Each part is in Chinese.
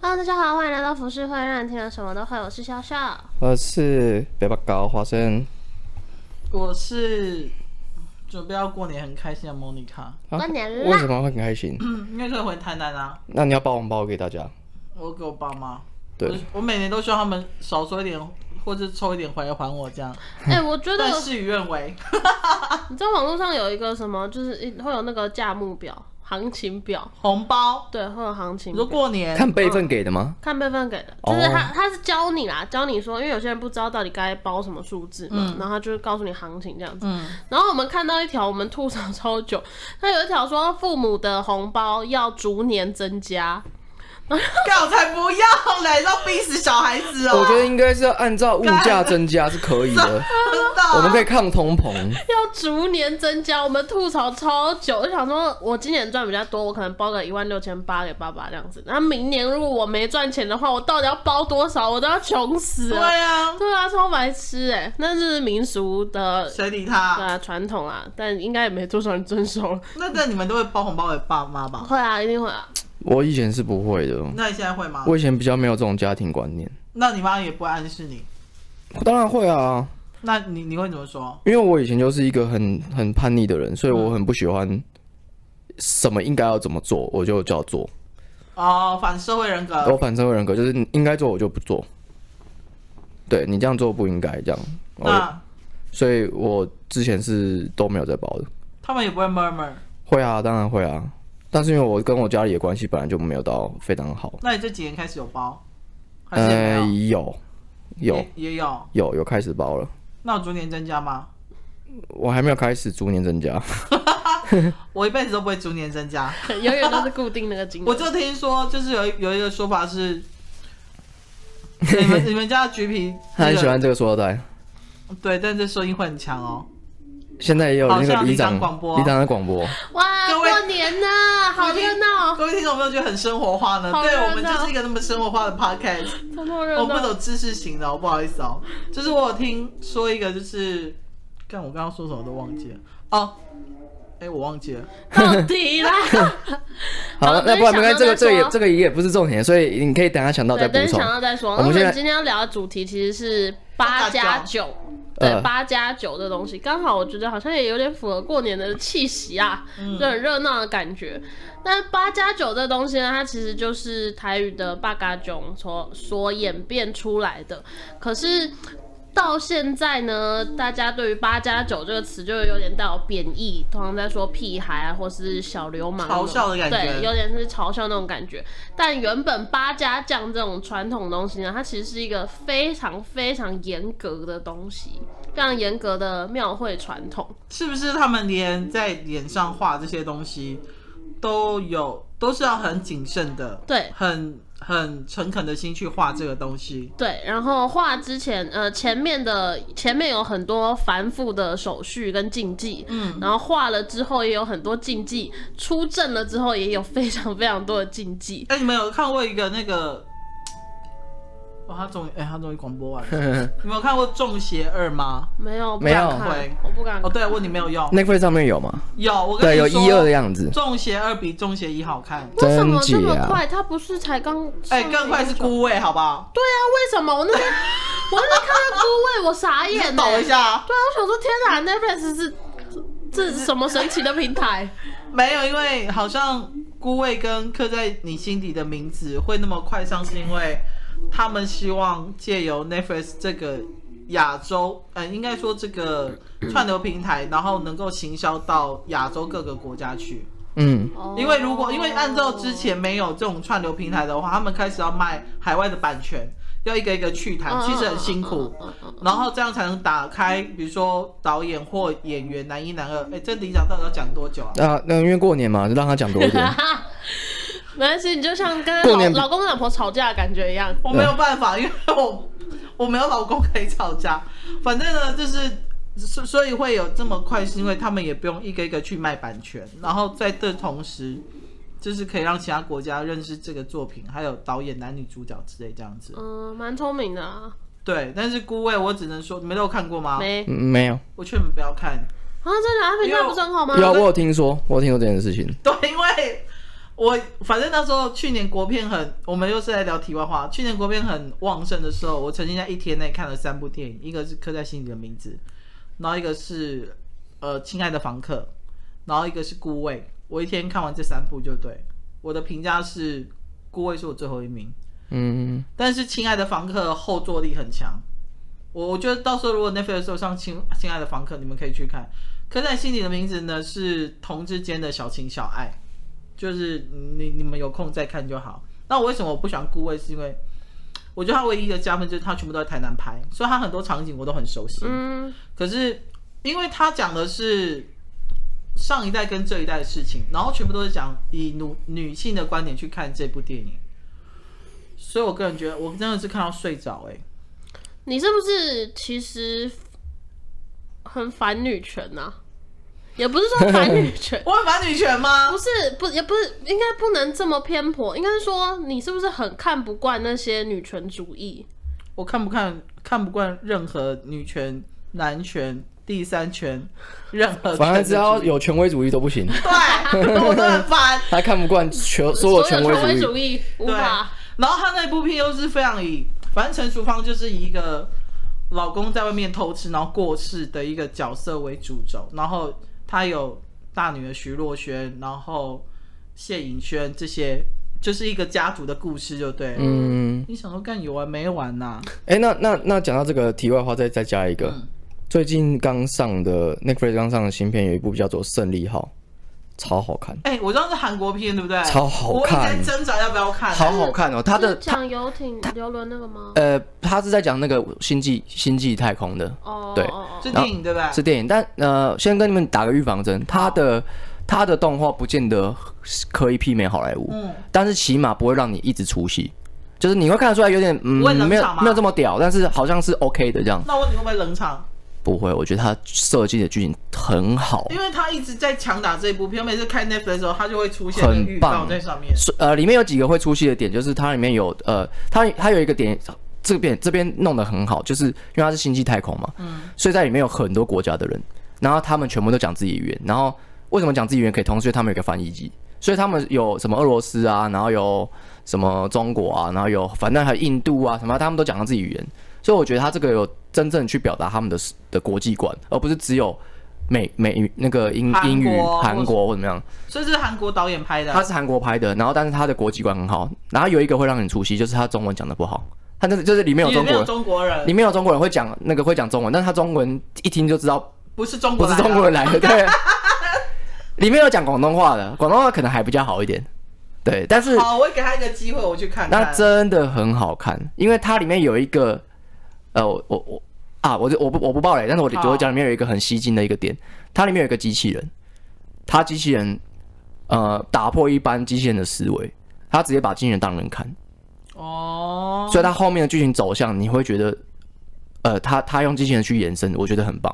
Hello，大家好，欢迎来到服饰会，让你听了什么都会。我是笑笑。我呃是北巴高花生。我是准备要过年很开心的 Monica，啊过年啦为什么会很开心？嗯，因为可以回台南啊，那你要包红包给大家。我给我爸妈，对我，嗯我每年都希望他们少收一点，或者抽一点回来还 我这样，哎、我觉得嗯但事与愿违。你知道网络上有一个什么，就是一会有那个价目表、行情表，红包，对，会有行情你说表。过哦年看备份给的吗？看备份给的，就是他他是教你啦，教你说，因为有些人不知道到底该包什么数字嘛，嗯然后他就是告诉你行情这样子。然后我们看到一条，我们吐槽超久，他有一条说父母的红包要逐年增加，干我才不要嘞，要逼死小孩子哦！我觉得应该是要按照物价增加是可以 的，真的，哦我们可以抗通膨。要逐年增加，我们吐槽超久，就想说我今年赚比较多，我可能包个一万六千八给爸爸这样子。那明年如果我没赚钱的话，我到底要包多少？我都要穷死对了。啊，对啊，超白痴哎、那是民俗的谁理对他？啊传统啊，但应该也没多少人遵守了。那那你们都会包红包给爸妈吧？会啊，一定会啊。 我以前是不会的，那你现在会吗？我以前比较没有这种家庭观念。那你妈也不会暗示你？当然会啊，那你你会怎么说？因为我以前就是一个很很叛逆的人，所以我很不喜欢什么应该要怎么做，我就就要做。哦，反社会人格。我反社会人格就是你应该做我就不做，对你这样做不应该这样。我啊那所以我之前是都没有在包的。他们也不会 murmur。会啊，当然会啊。但是因为我跟我家里的关系本来就没有到非常好，那你这几年开始有包？还是也没有呃，？有有也也有。有有开始包了，那我逐年增加吗？我还没有开始逐年增加。我一辈子都不会逐年增加。永远都是固定那个金额。我就听说，就是有一有一个说 法是，你们你们家的橘皮、他这很个喜欢这个塑料袋，对，但是收音会很强哦。现在也有那好个像里里长长广播里长的广播，哇，各位过年呐、好热闹，各位听众有没有觉得很生活化呢？好对热闹我们就是一个那么生活化的 podcast。超多 我热不闹。走知识型的哦，我不好意思哦。就是我有听说一个，就是，干我刚刚说什么都忘记了哦。哎、我忘记了。到底 啦？好了，好那不然没关系，这等个一下这个再也说这个也不是重点，所以你可以等一下想到再对，等补充想。到再说。我那们我现在们今天要聊的主题其实是八加加九，对呃八加九的东西，刚好我觉得好像也有点符合过年的气息啊，就很热闹的感觉。那八加九这东西呢，它其实就是台语的八嘎囧所所演变出来的，可是。到现在呢，大家对于“八加九”这个词就有点带有贬义，通常在说屁孩啊，或是小流氓那种，嘲笑的感觉对，有点是嘲笑那种感觉。但原本八家酱这种传统东西呢，它其实是一个非常非常严格的东西，非常严格的庙会传统。是不是他们连在脸上画这些东西都有，都是要很谨慎的，对很很诚恳的心去画这个东西。对，然后画之前，呃，前面的前面有很多繁复的手续跟禁忌，嗯，然后画了之后也有很多禁忌，出阵了之后也有非常非常多的禁忌。哎、你们有看过一个那个？哇，他终于，哎、他终于广播完了。你们有看过《中邪二》吗？没有，我不没有敢看会，我不敢哦，看。对，问你没有用。 Netflix 上面有吗？有，我跟对，你有说，一二的样子。《中邪二》比《中邪一》好看。为什么这真么假快？它不是才刚哎、上更快没是多久孤味，好不好？对啊，为什么我那 天我那天看到诸位，我傻眼呢、抖一下。对啊，我想说天哪，Netflix 是这是什么神奇的平台？没有，因为好像孤味跟刻在你心底的名字会那么快上，是因为他们希望借由 Netflix 这个亚洲，呃，应该说这个串流平台，然后能够行销到亚洲各个国家去。嗯，因为如果因为按照之前没有这种串流平台的话，他们开始要卖海外的版权，要一个一个去谈，其实很辛苦。嗯。嗯嗯嗯嗯然后这样才能打开，比如说导演或演员男一男二。哎，这理想到底要讲多久啊？啊，那因为过年嘛，就让他讲多 一点。没关系，你就像跟过老年老公老婆吵架的感觉一样。我没有办法，因为我 我没有老公可以吵架。反正呢，就是所所以会有这么快，是因为他们也不用一个一个去卖版权，然后在这同时，就是可以让其他国家认识这个作品，还有导演、男女主角之类这样子。嗯，蛮聪明的啊。对，但是孤味我只能说，你们都有看过吗？没嗯没有，我劝你们不要看。啊啊，真的，他评价不是很好吗？有我有听说，我有听说这件事情。对，因为我反正那时候去年国片很，我们又是在聊题外话。去年国片很旺盛的时候，我曾经在一天内看了三部电影，一个是《刻在心里的名字》，然后一个是呃《亲爱的房客》，然后一个是《孤味》。我一天看完这三部就对。我的评价是《孤味》是我最后一名，嗯，但是《亲爱的房客》后坐力很强。我我觉得到时候如果 Netflix 有上《亲亲爱的房客》，你们可以去看。刻在心里的名字呢是同志间的小情小爱，就是你你们有空再看就好。那我为什么我不喜欢顾魏？是因为我觉得他唯一的加分就是他全部都在台南拍，所以他很多场景我都很熟悉。嗯，可是因为他讲的是上一代跟这一代的事情，然后全部都是讲以女女性的观点去看这部电影，所以我个人觉得我真的是看到睡着哎、欸，你是不是其实很反女权呐、也不是说反女权 我很反女权吗不？是不也不是，应该不能这么偏颇，应该是说你是不是很看不惯那些女权主义？我看不看看不惯任何女权、男权、第三权，任何反正权只要的主义有权威主义都不行，对， 我都很烦。他看不惯全所所有有权权威威主主义。义无对法，然后他那部片又是非常以，反正陈淑芳就是以一个老公在外面偷吃然后过世的一个角色为主轴，然后他有大女儿徐若瑄，然后谢颖轩这些，就是一个家族的故事，就对了。嗯，你想说干有完没完呐、哎、那那那讲到这个题外话，再再加一个，嗯最近刚上的 Netflix 刚上的新片有一部叫做《胜利号》，超好看，哎、我知道是韩国片，对不对？超好看我一直在挣扎要不要看。好好看哦。它的啊是讲游艇游轮那个吗？呃，它是在讲那个星际星际太空的，哦，对哦是哦电影对不对？是电影，但呃，先跟你们打个预防针，它的它的动画不见得可以媲美好莱坞，嗯但是起码不会让你一直出戏，就是你会看得出来有点嗯不会冷场没有吗没有这么屌，但是好像是 OK 的这样。那我问你会不会冷场？不会，我觉得它设计的剧情很好，因为他一直在强打这一部片，每次看 Netflix 的时候，他就会出现那个很预告棒在上面。是呃，里面有几个会出戏的点，就是它里面有呃，它它有一个点，这边这边弄得很好，就是因为它是星际太空嘛，嗯所以在里面有很多国家的人，然后他们全部都讲自己语言，然后为什么讲自己语言可以通？所以他们有个翻译机，所以他们有什么俄罗斯啊，然后有什么中国啊，然后有反正还有印度啊什么，他们都讲到自己语言，所以我觉得他这个有真正去表达他们的的国际观，而不是只有美美那个英韩国英语或韩是国或怎么样。所以这是韩国导演拍的他，是韩国拍的，然后但是他的国际观很好，然后有一个会让你出戏，就是他中文讲的不好，他真的就是里面有里中面国有人，中国人里，面有中国人会讲那个会讲中文，但是他中文一听就知道不是中不国，是中国。人来的， 对。里面有讲广东话的，广东话可能还比较好一点，对，但是好，我会给他一个机会，我去看那看。真的很好看，因为它里面有一个，呃，我我我啊，我就我不我不爆雷，但是我好我讲里面有一个很吸睛的一个点，它里面有一个机器人，它机器人呃打破一般机器人的思维，它直接把机器人当人看，哦，所以它后面的剧情走向你会觉得，呃，它它用机器人去延伸，我觉得很棒。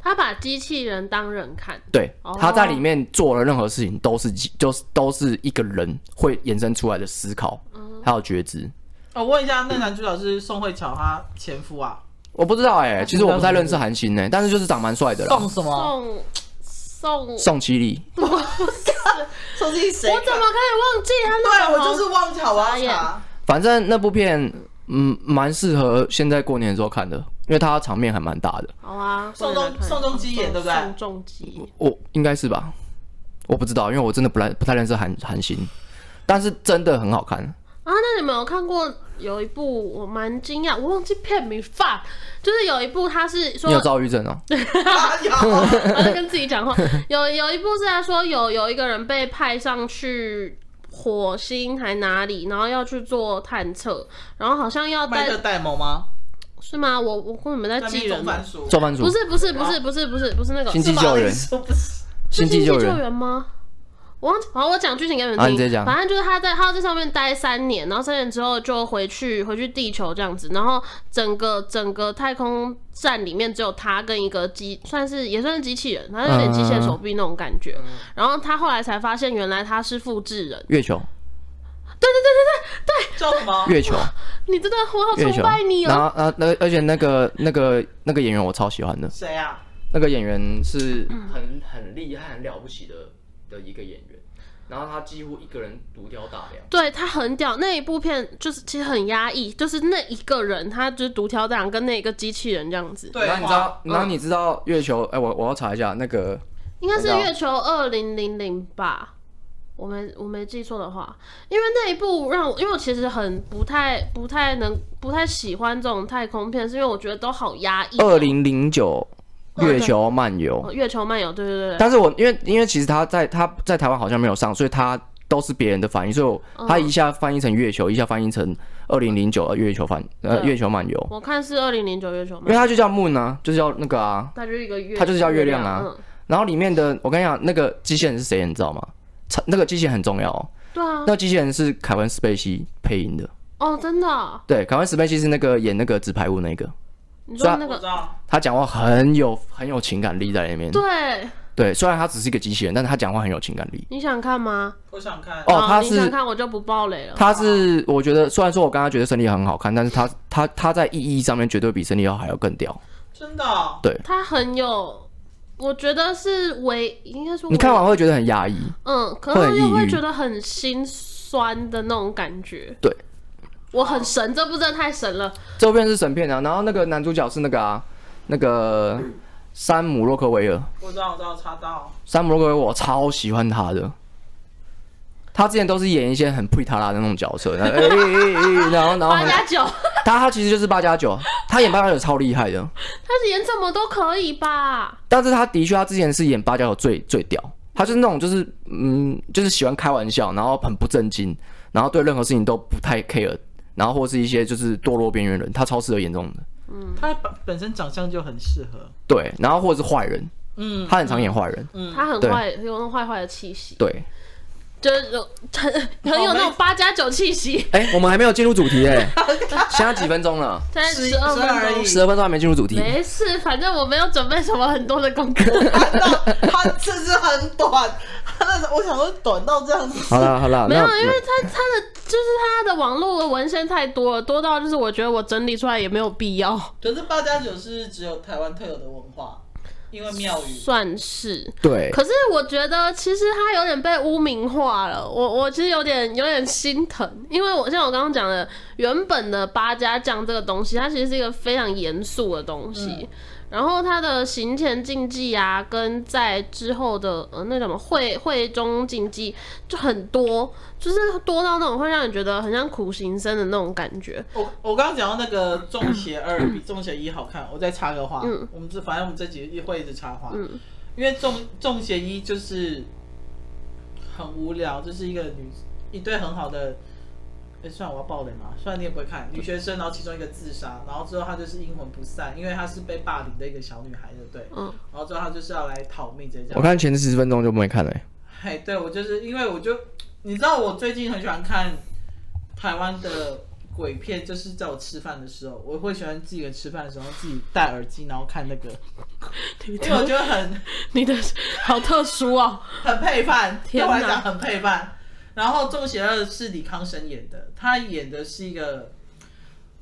他把机器人当人看，对哦，他在里面做了任何事情都是机，就是都是一个人会衍生出来的思考，还有觉知。哦，问一下，那男主角是宋慧乔他前夫啊？我不知道哎、他其实我不太认识是韩星呢、欸但是就是长蛮帅的啦。什？送送，宋七力，宋是谁？我怎么可以忘记他那对啊个我就是忘记好我傻要眼查。反正那部片，嗯，蛮适合现在过年的时候看的，因为它场面还蛮大的。好啊，我宋也来仲看宋仲基演对不对宋仲基，我应该是吧？我不知道，因为我真的不太不太认识韩韩星，但是真的很好看。啊，那你们有看过有一部我蛮惊讶，我忘记片名，fuck，就是有一部他是说你有躁郁症哦？哎 呀，我在跟自己讲 话。有有一部是在说有有一个人被派上去火星还哪里，然后要去做探测，然后好像要麦带特戴蒙吗？是吗？我我根本没在那记边人中，番薯，周番主不是不是不是不是不是不是那个星际救援，说不是是星际救救援，援吗？我忘记，好，我讲剧情给你们听。啊你直接讲反正就是他在他在上面待三年，然后三年之后就回去回去地球这样子，然后整个整个太空站里面只有他跟一个机，算是也算是机器人，他有点机械手臂那种感觉。嗯然后他后来才发现，原来他是复制人。月球，叫什么？月球，你真的我好月崇球拜你。然哦！后，然后那而且那个那个那个演员我超喜欢的，谁啊？嗯那个演员是很很厉害、很了不起的的一个演员。然后他几乎一个人独挑大梁。对他很屌，那一部片就是其实很压抑，就是那一个人他就是独挑大梁，跟那一个机器人这样子。对然后你知道话，然后嗯你知道月球？哎、我我要查一下那个，应该是我知道月球二零零零吧，我没我没记错的话，因为那一部让我，因为我其实很不太不太能不太喜欢这种太空片，是因为我觉得都好压抑哦。二零零九月球漫游。哦月球漫游，对对对对，但是我因为因为其实他在他在台湾好像没有上，所以他都是别人的翻译，所以我哦他一下翻译成月球，一下翻译成二零零九月球翻呃对月球漫游，我看是二零零九月球因为漫游，它就叫 moon 啊，就是叫那个啊。它就是一个月，它就是叫月亮啊嗯，然后里面的我跟你讲，那个机器人是谁，你知道吗？超那个机器人很重要、哦，对啊，那机器人是凯文·史贝西配音的。哦，真的啊，对，凯文·史贝西是那个演那个纸牌屋那个，你是啊说那我知个道，他讲话很有很有情感力在里面。对，对，虽然他只是一个机器人，但是他讲话很有情感力。你想看吗？我想看。哦好它你是想看我就不爆雷了。他是我觉得，虽然说我刚刚觉得胜利很好看，但是他他他在意义上面绝对比胜利要还要更屌。真的哦、它很有，我觉得是唯应该说你看完会觉得很压抑，嗯，可会很是又抑会郁觉得很心酸的那种感觉。对，我很神，这部真的太神了。这片是神片啊，然后那个男主角是那个啊，那个山姆洛克维尔，我知道，我知道，查到。山姆洛克维尔我超喜欢他的。他之前都是演一些很配他拉的那种角色，然后、哎哎哎哎然后然后八很加九， 他他其实就是八加九，啊他演八加九超厉害的，他演什么都可以吧？但是他的确他之前是演八加九最最屌，他就是那种就是嗯就是喜欢开玩笑，然后很不正经，然后对任何事情都不太 care，然后或是一些就是堕落边缘人，他超适合演这种的，他本本身长相就很适合。对，然后或者是坏人，嗯，他很常演坏人，他很对坏，有那种坏坏的气息，对，就是有很很有那种八加九气息。哎、我们还没有进入主题哎、 现在几分 钟了，现在十十二十二而分已钟，十二分钟还没进入主题，没事，反正我没有准备什么很多的 功课。 他这是很短， 他那种我想说短到这样子。好啦好啦，没那有，因为他他的就是他的网络文献太多了，多到就是我觉得我整理出来也没有必要，可是八加九是只有台湾特有的文化，因为庙宇。算是。对可是我觉得，其实他有点被污名化了。我我其实有点有点心疼，因为我像我刚刚讲的，原本的八家将这个东西，它其实是一个非常严肃的东西。然后它的行前禁忌啊，跟在之后的呃那什么会会中禁忌就很多，就是多到那种会让你觉得很像苦行僧的那种感觉。我我刚刚讲到那个《中邪二》比《中邪一》好看，我再插个话。我们这反正我们这集会一直插话，嗯因为《中中邪一》就是很无聊，就是一个女一对很好的。哎，算了，我要爆雷嘛。虽然你也不会看，女学生，然后其中一个自杀，然后之后她就是阴魂不散，因为她是被霸凌的一个小女孩，对不对？嗯，然后之后她就是要来讨命，直接这样。我看前十分钟就没看了、欸哎，对我就是因为我就你知道我最近很喜欢看台湾的鬼片，就是在我吃饭的时候，我会喜欢自己一个人吃饭的时候自己戴耳机，然后看那个，你因为我的觉得很你的好特殊哦，很配饭，对天我哪来讲很配饭。然后《中邪二》是李康生演的，他演的是一个。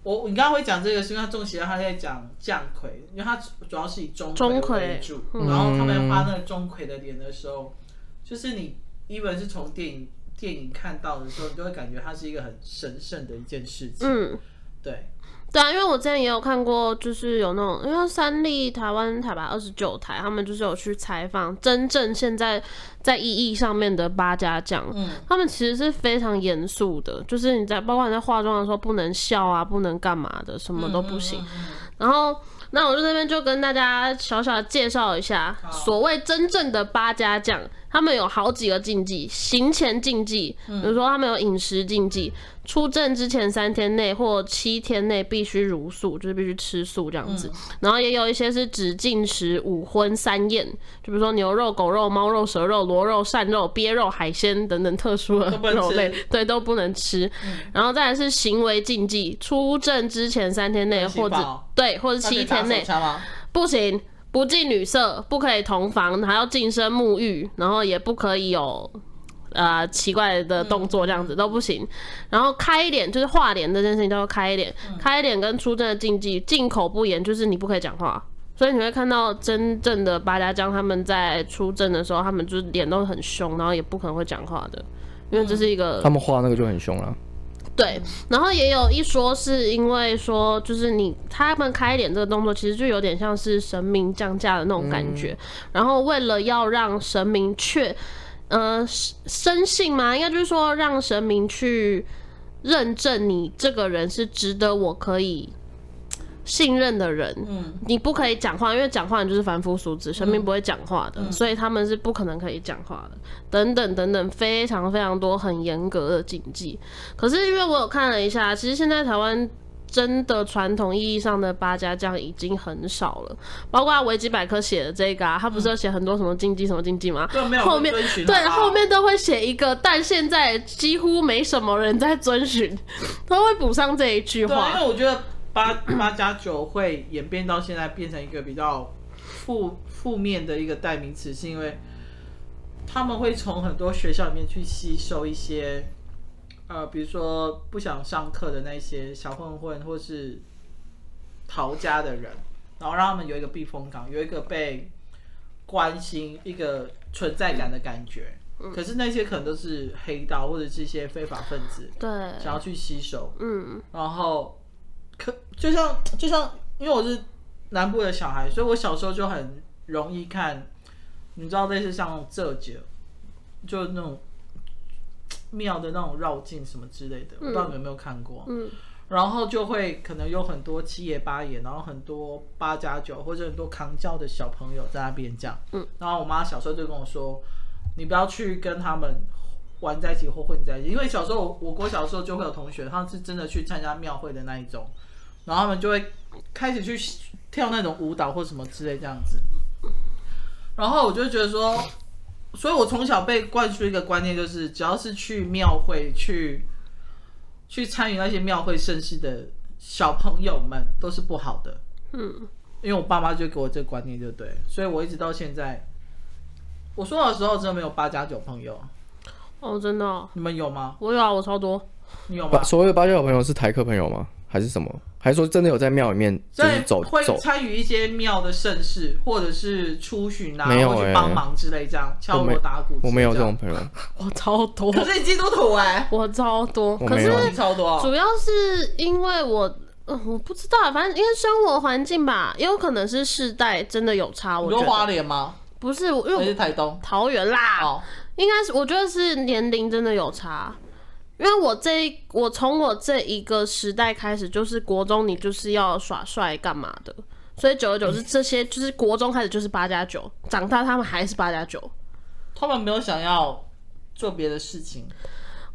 我你刚刚会讲这个，是因为他《中邪二》他在讲姜魁，因为他主主要是以钟钟嗯馗为主，然后他们画那个钟馗的脸的时候，就是你一本是从电影电影看到的时候，你就会感觉它是一个很神圣的一件事情。嗯。对，对啊，因为我之前也有看过，就是有那种，因为三立台湾台吧二十九台，他们就是有去采访真正现在在意义上面的八家将，嗯他们其实是非常严肃的，就是你在包括你在化妆的时候不能笑啊，不能干嘛的，什么都不行。嗯。嗯嗯然后，那我就这边就跟大家小小的介绍一下，所谓真正的八家将，他们有好几个禁忌：行前禁忌，嗯比如说他们有饮食禁忌，出阵之前三天内或七天内必须茹素，就是必须吃素这嗯样子。然后也有一些是只进食五荤三宴，就比如说牛肉、狗肉、猫肉、蛇肉、螺肉、鳝肉、鳖肉、海鲜等等特殊的都不能吃嗯肉类，对，都不能吃。然后再来是行为禁忌，出阵之前三天内洗或者澡对，或者那可以七打天内手枪吗？不行，不进女色，不可以同房，还要净身沐浴，然后也不可以有。呃，奇怪的动作这样子都不行。然后开脸就是嗯画脸这件事情都要开脸，开脸跟出阵的禁忌，进口不言，就是你不可以讲话，所以你会看到真正的八家将他们在出阵的时候，他们就是脸都很凶，然后也不可能会讲话的，因为这是一个他们画那个就很凶啊了。对，然后也有一说是因为说，就是你他们开脸这个动作，其实就有点像是神明降价的那种感觉。然后为了要让神明确，呃，深信嘛，应该就是说让神明去认证你这个人是值得我可以信任的人。嗯，你不可以讲话，因为讲话你就是凡夫俗子，神明不会讲话嗯的，所以他们是不可能可以讲话的，等等等等，非常非常多很严格的禁忌。可是因为我有看了一下，其实现在台湾。真的传统意义上的八家将已经很少了，包括维基百科写的这个啊，他不是有写很多什么禁忌什么禁忌吗？嗯对，没有后面人遵循啊好不对，好后面都会写一个，但现在几乎没什么人在遵循，他会补上这一句对啊，因话。为我觉得八八加九会演变到现在变成一个比较负负面的一个代名词，是因为他们会从很多学校里面去吸收一些，呃，比如说不想上课的那些小混混或是逃家的人，然后让他们有一个避风港，有一个被关心、一个存在感的感觉。可是那些可能都是黑道或者是一些非法分子对，想要去吸收，嗯，然后可就像就像因为我是南部的小孩，所以我小时候就很容易看，你知道类似像那种这节，就那种庙的那种绕境什么之类的，我不知道你们有没有看过。嗯，然后就会可能有很多七爷八爷，然后很多八加九或者很多扛教的小朋友在那边这样。嗯，然后我妈小时候就跟我说，你不要去跟他们玩在一起或混在一起，因为小时候我我国小的时候就会有同学，他们是真的去参加庙会的那一种，然后他们就会开始去跳那种舞蹈或什么之类这样子。然后我就觉得说，所以我从小被灌输一个观念，就是只要是去庙会去去参与那些庙会盛事的小朋友们都是不好的。嗯，因为我爸妈就给我这个观念，就对，所以我一直到现在，我说的时候真的没有八加九朋友，哦，真的哦、你们有吗？我有啊，我超多。你有把吗？所谓的八加九朋友是台客朋友吗？还是什么？还是说真的有在庙里面就是在走会走？参与一些庙的盛事，或者是出巡啊，没有或去欸帮忙之类，这样敲锣打鼓我没有这样种。朋友，我超多，可是你基督徒 哎、我超多。我可没是有。你超多哦，主要是因为我，呃、我不知道，反正因为生活环境吧，也有可能是世代真的有差。你我觉说花得莲吗？不是，我因还为是我台东？桃园啦，哦，应该是我觉得是年龄真的有差。因为我这一我从我这一个时代开始，就是国中你就是要耍帅干嘛的，所以久而久之，这些就是国中开始就是八加九，长大他们还是八加九。他们没有想要做别的事情。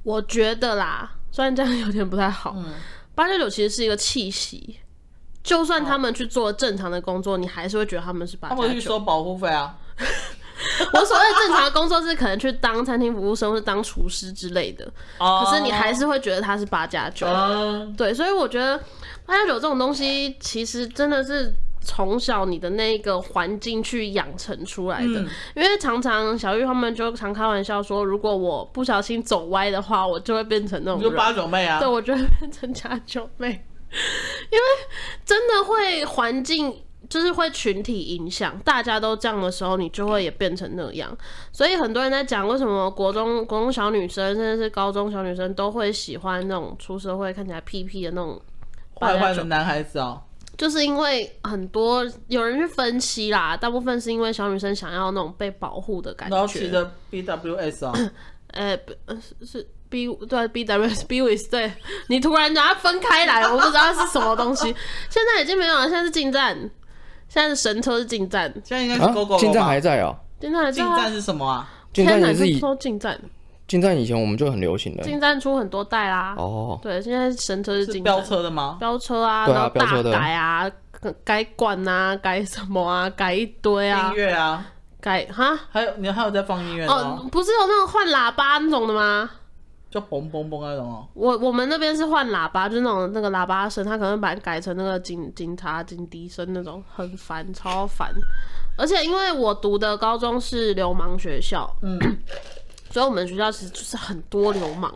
我觉得啦，虽然这样有点不太好，嗯八加九其实是一个气息，就算他们去做正常的工作，你还是会觉得他们是八哦他们加去九。收保护费啊，我所谓的正常的工作是可能去当餐厅服务生或是当厨师之类的，可可是你还是会觉得他是八加九。哦嗯，对，所以我觉得八加九这种东西，其实真的是从小你的那个环境去养成出来的。嗯因为常常小玉他们就常开玩笑说，如果我不小心走歪的话，我就会变成那种你就人八九妹啊对，，我觉得变成假九妹，因为真的会环境就是会群体影响，大家都这样的时候，你就会也变成那样。所以很多人在讲为什么国中国中小女生，甚至是高中小女生都会喜欢那种出社会看起来屁屁的那种坏八坏加九的男孩子哦，就是因为很多有人去分析啦，大部分是因为小女生想要那种被保护的感然后觉。骑着 BWS 哦，呃，不呃是是 B 对啊 B W S B with 对你突然把它分开来，我不知道是什么东西。 现在已经没有了，现在是进站，现在是神车是进站，现在应该是啊 GoGo，进站还吧在啊？进站还在进啊站是什么啊？进天站哪也是你以说进站，进站以前我们就很流行的进站出很多代啦。哦。对，现在神车是是进飙站，车的吗？飙车啊，对啊然后飙大车的改啊，改管啊，改什么啊，改一堆啊音，乐啊，改哈还有你还有在放音乐的哦哦，，不是有那种换喇叭那种的吗？就嘣嘣嘣那种哦，我我们那边是换喇叭，就是那种那个喇叭声，他可能把它改成那个警警察警笛声那种，很烦，超烦。而且因为我读的高中是流氓学校， 嗯，所以我们学校其实就是很多流氓。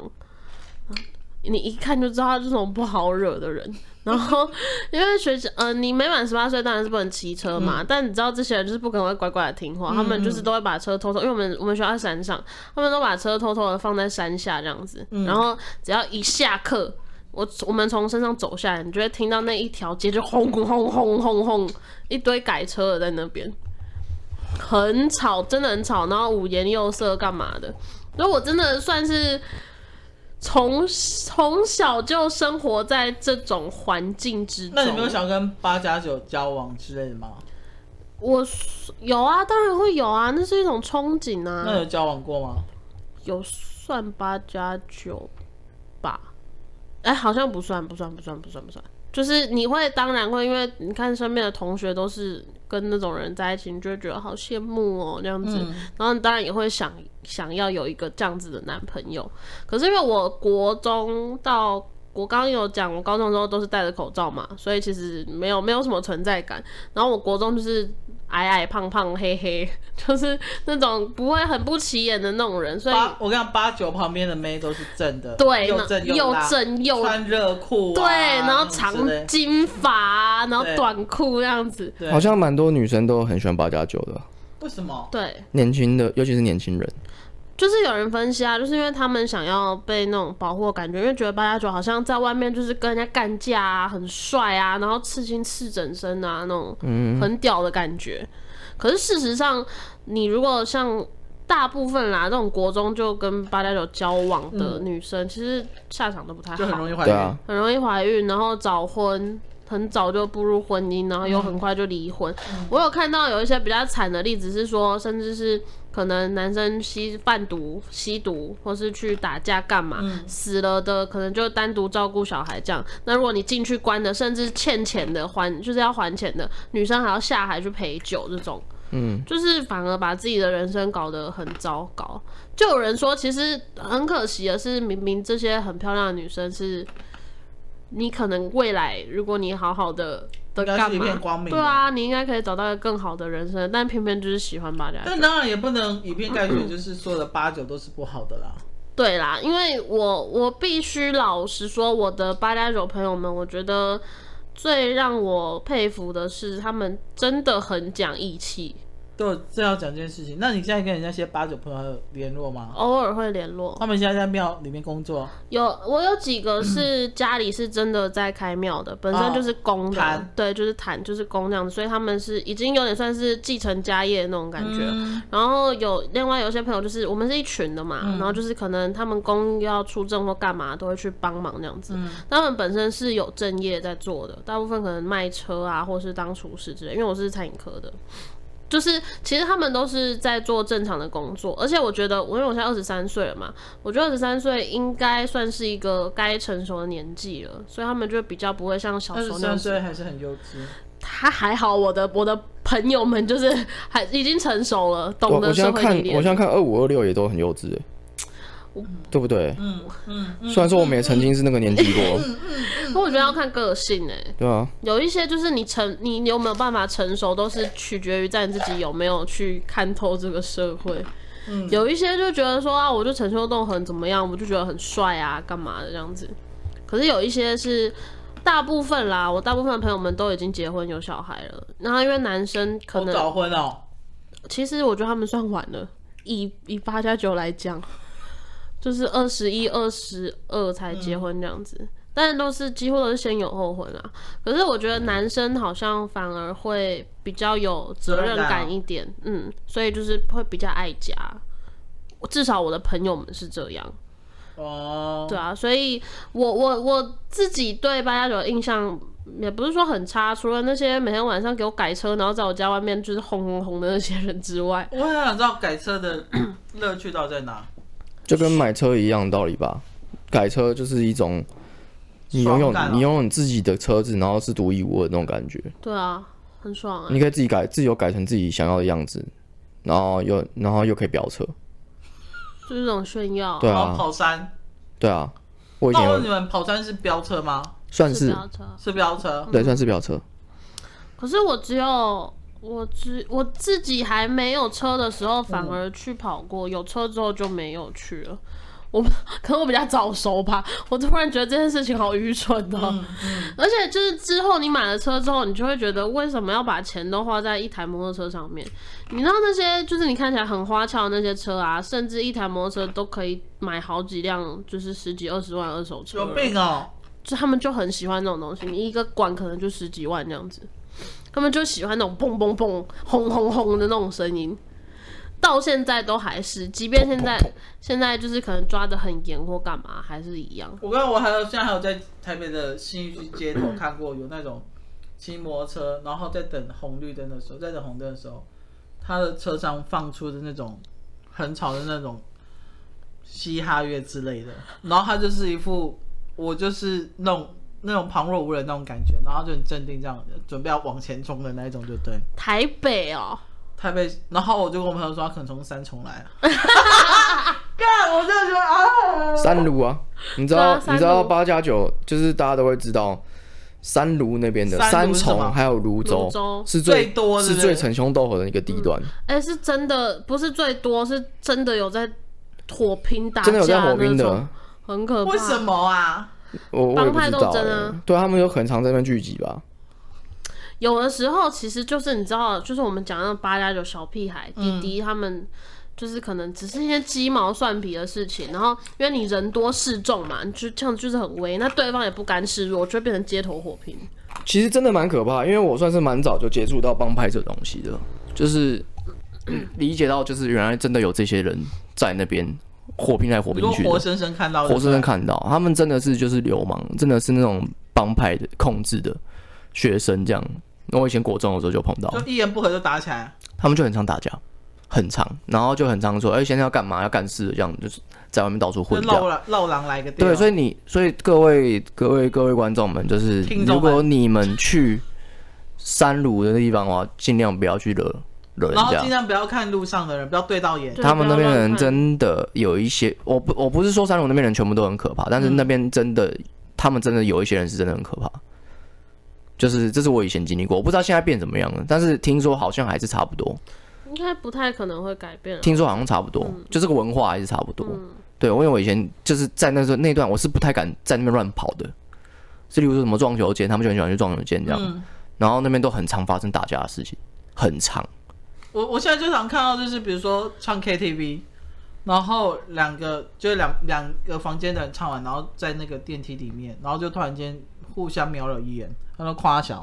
你一看就知道他是那种不好惹的人。然后因为学姐，嗯、你没满十八岁当然是不能骑车嘛，但你知道这些人就是不可能会乖乖的听话，他们就是都会把车偷偷，因为我们我们学校在山上，他们都把车偷偷的放在山下这样子，然后只要一下课。我我们从山上走下来，你就会听到那一条街就轰轰轰轰轰轰，一堆改车的在那边，很吵，真的很吵，然后五颜六色干嘛的。所以我真的算是从从小就生活在这种环境之中。那你没有想跟八加九交往之类的吗？我有啊，当然会有啊，那是一种憧憬那啊。有交往过吗？有算八加九吧？哎、好像不算，不算，不算，不算，不算。就是你会，当然会，因为你看身边的同学都是跟那种人在一起，你就会觉得好羡慕哦，那样子。嗯然后你当然也会想想要有一个这样子的男朋友。可是因为我国中到我刚刚有讲，我高中的时候都是戴着口罩嘛，所以其实没有没有什么存在感。然后我国中就是矮矮胖胖黑黑， 就是那种不会很不起眼的那种人，所以八，我跟你讲，八九旁边的妹都是正的，对又那正又辣，正又穿热裤啊、对，然后那种长之类金发啊，然后对短裤这样子，对好像蛮多女生都很喜欢八加九的，啊为什么？对。年轻的，尤其是年轻人。就是有人分析啊，就是因为他们想要被那种保护的感觉，因为觉得八加九好像在外面就是跟人家干架啊，很帅啊，然后刺青刺整身啊那种嗯很屌的感觉。可是事实上，你如果像大部分啦，这种国中就跟八加九交往的女生，其实下场都不太好，嗯就很容易怀对孕。啊，很容易怀孕，然后早婚，很早就步入婚姻，然后又很快就离婚。我有看到有一些比较惨的例子，是说甚至是可能男生吸贩毒、吸毒，或是去打架干嘛、死了的，可能就单独照顾小孩这样。那如果你进去关的，甚至欠钱的还就是要还钱的，女生还要下海去陪酒这种。嗯，就是反而把自己的人生搞得很糟糕。就有人说，其实很可惜的是，明明这些很漂亮的女生是，你可能未来如果你好好的的应该是干一片嘛，光明的对啊，你应该可以找到一个更好的人生，但偏偏就是喜欢八加但九。当然也不能以偏概嗯全，就是所有的八九都是不好的啦。对啦，因为我我必须老实说，我的八加九朋友们，我觉得最让我佩服的是，他们真的很讲义气，对，正要讲这件事情，那你现在跟人家那些八九朋友还有联络吗？偶尔会联络。他们现在在庙里面工作，有，我有几个是家里是真的在开庙的，本身就是公的，坛对，就是坛，就是公这样子，所以他们是已经有点算是继承家业那种感啊觉。嗯然后有另外有些朋友就是我们是一群的嘛，然嗯后就是可能他们公要出征或干嘛都会去帮忙那样子。嗯他们本身是有正业在做的，大部分可能卖车啊，或是当厨师之类。因为我是餐饮科的，就是其实他们都是在做正常的工作，而且我觉得，我因为我现在二十三岁了嘛，我觉得二十三岁应该算是一个该成熟的年纪了，所以他们就比较不会像小二时十候那样三子。岁还是很幼稚。他还好，我的我的朋友们就是还已经成熟了，我懂我得现在社会看，历我现练。在看二五二六也都很幼稚，欸对不对？嗯嗯，虽然说我们也曾经是那个年纪过，可我觉得要看个性哎、对啊，有一些就是你成你有没有办法成熟，都是取决于在你自己有没有去看透这个社会。嗯有一些就觉得说啊，我就陈秀栋很怎么样，我就觉得很帅啊，干嘛的这样子。可是有一些是大部分啦，我大部分朋友们都已经结婚有小孩了，然后因为男生可我能早婚哦。其实我觉得他们算晚了，以以八加九来讲，就是二十一、二十二才结婚这样子，但都是几乎都是先有后婚啊。可是我觉得男生好像反而会比较有责任感一点，嗯，所以就是会比较爱家。我至少我的朋友们是这样，哦，对啊，所以我我我自己对八加九的印象也不是说很差，除了那些每天晚上给我改车，然后在我家外面就是轰轰轰的那些人之外，我很想知道改车的 乐趣到底在哪。就跟买车一样的道理吧。改车就是一种你拥有爽感哦你拥有你自己的车子，然后是独一无二的那种感觉。对啊，很爽啊、你可以自己改，自己有改成自己想要的样子，然后又然后又可以飙车。就是这种炫耀。对然后啊，哦跑山，对啊，我以那前我有问你们，跑山是飙车吗？算是是飙车。是飙车，对，算是飙车。可是我只有我只我自嗯己还没有车的时候，反而去跑过；有车之后就没有去了。我不 可能我比较早熟吧，我突然觉得这件事情好愚蠢哦、嗯 而且就是之后你买了车之后，你就会觉得为什么要把钱都花在一台摩托车上面？你知道那些就是你看起来很花俏的那些车啊，甚至一台摩托车都可以买好几辆，就是十几二十万二手车。有病哦！就他们就很喜欢那种东西，你一个管可能就十几万这样子，他们就喜欢那种砰砰砰、轰轰轰的那种声音，到现在都还是，即便现在现在就是可能抓得很严或干嘛，还是一样。我刚我还有现在还有在台北的新义区街头看过有那种骑摩托车，然后在等红绿灯的时候，在等红灯的时候，他的车上放出的那种很吵的那种嘻哈乐之类的，然后他就是一副我就是那种那种旁若无人那种感觉，然后就很镇定这样，准备要往前冲的那一种，就对。台北哦、台北，然后我就跟我朋友说，他可能从三重来了。干，我真的觉得啊，三卢啊，你知对道啊三你知道卢八加九就是大家都会知道。三卢那边的三三卢是什么重还有泸州泸州是最多是是不是最逞凶斗狠的一个地段，哎、是真的不是最多，是真的有在火拼打架真的有在火拼那的种，，很可怕。为什么啊？我我也帮不派知斗道争欸啊，对他们有很常在那边聚集吧？有的时候其实就是你知道，就是我们讲那八加九小屁孩、弟弟他们，就是可能只是一些鸡毛蒜皮的事情，然后因为你人多势众嘛，你就这样就是很威，那对方也不甘示弱，就会变成街头火拼。其实真的蛮可怕，因为我算是蛮早就接触到帮派这东西的，就是 嗯理解到就是原来真的有这些人在那边火拼来火你拼说去的，活生生看到的，活生生看到，他们真的是就是流氓，真的是那种帮派的控制的学生这样。那我以前国中的时候就碰到，就一言不合就打起来。他们就很常打架，很常，然后就很常说，哎、现在要干嘛，要干事，这样就是在外面到处就混这样绕。狼绕狼来个地方对，所以你，所以各位各位各位观众们，就是听众如们果你们去三鲁的地方的话，尽量不要去惹惹人然后家尽。量不要看路上的人，不要对到眼。对他们那边的不要乱人看真的有一些，我不我不是说三鲁那边人全部都很可怕，但嗯是那边真的，他们真的有一些人是真的很可怕。就是这是我以前经历过，我不知道现在变怎么样了，但是听说好像还是差不多，应该不太可能会改变了。听说好像差不多，嗯就这个文化还是差不多。对，因为我以前就是在那时候那段，我是不太敢在那边乱跑的。是例如说什么撞球间，他们就很喜欢去撞球间这样，然后那边都很常发生打架的事情，很常。我我现在最常看到就是，比如说唱 KTV，然后两个就是两两个房间的人唱完，然后在那个电梯里面，然后就突然间互相瞄了一眼，然后夸小，